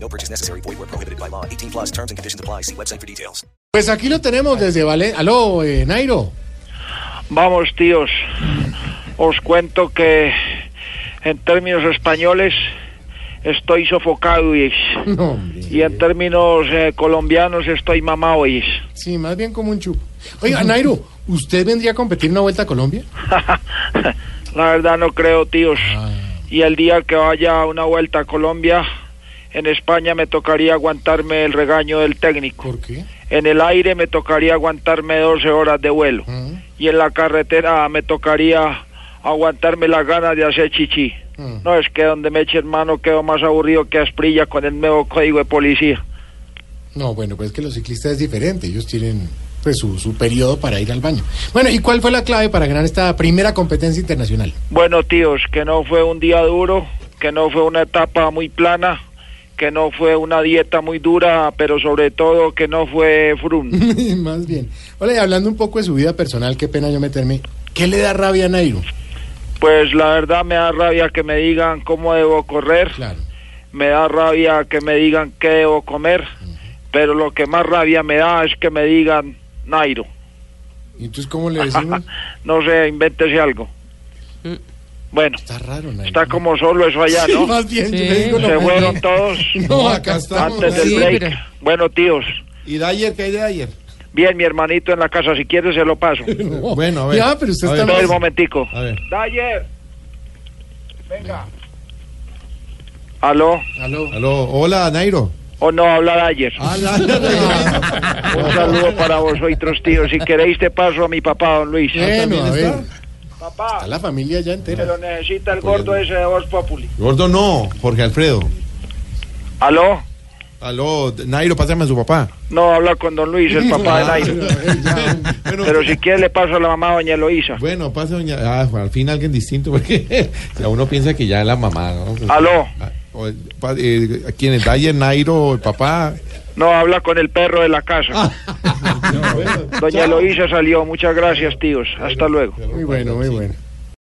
No purchase necessary. Void where prohibited by law. 18 plus terms and conditions apply. See website for details. Pues aquí lo tenemos desde Valencia. Aló, eh, Nairo. Vamos, tíos. Os cuento que en términos españoles estoy sofocado y, No, hombre. y en términos eh, colombianos estoy mamado. Y... Sí, más bien como un chupo. Oiga, Nairo, ¿usted vendría a competir una vuelta a Colombia? La verdad no creo, tíos. Y el día que vaya a una vuelta a Colombia, en España me tocaría aguantarme el regaño del técnico. ¿Por qué? En el aire me tocaría aguantarme 12 horas de vuelo. Mm. Y en la carretera me tocaría aguantarme las ganas de hacer chichi. Mm. No, es que donde me eche hermano quedo más aburrido que Asprilla con el nuevo código de policía. No, bueno, pues es que los ciclistas es diferente. Ellos tienen pues, su, su periodo para ir al baño. Bueno, ¿y cuál fue la clave para ganar esta primera competencia internacional? Bueno, tíos, que no fue un día duro, que no fue una etapa muy plana, que no fue una dieta muy dura, pero sobre todo que no fue Mm. frun. más bien. Hola, y hablando un poco de su vida personal, qué pena yo meterme. ¿Qué le da rabia a Nairo? Pues la verdad me da rabia que me digan cómo debo correr, Claro. me da rabia que me digan qué debo comer, pero lo que más rabia me da es que me digan Nairo. ¿Y entonces cómo le decimos? No sé, invéntese algo. Bueno, Está raro, Nairo. está como solo eso allá, Sí, ¿no? Más bien, yo le digo lo Se mismo. fueron todos eh. No, acá estamos. antes del Nairo. break. Bueno, tíos, ¿Y de ayer qué hay de ayer? bien, mi hermanito en la casa, si quieres se lo paso. Bueno, a ver. Ya, pero usted A está ver. Espera un más- momentico. A ver. Dayer. Venga. ¿Aló? Aló. Aló, hola, Nairo. ¿O no habla Dayer? Ah. Hola, Nairo. Un saludo para vosotros, tíos. Si queréis te paso a mi papá, don Luis. Bueno, a ¿También ver. está? Papá, Está la familia ya entera. pero necesita el gordo ese de Voz Populi. Gordo no, Jorge Alfredo. ¿Aló? Aló, Nairo, pásame a su papá. No, habla con don Luis, el papá de Dayer. Bueno, Pero si quieres le paso a la mamá, doña Eloísa. bueno, pasa doña... Ah, al fin alguien distinto, porque ya uno piensa que ya es la mamá, ¿no? Pues, ¿Aló? ah, o el pa- eh, ¿Quién es? ¿Dayer, Nairo, el papá? No, habla con el perro de la casa. Doña Eloísa salió. Muchas gracias, tíos. Hasta luego. Muy bueno, muy bueno.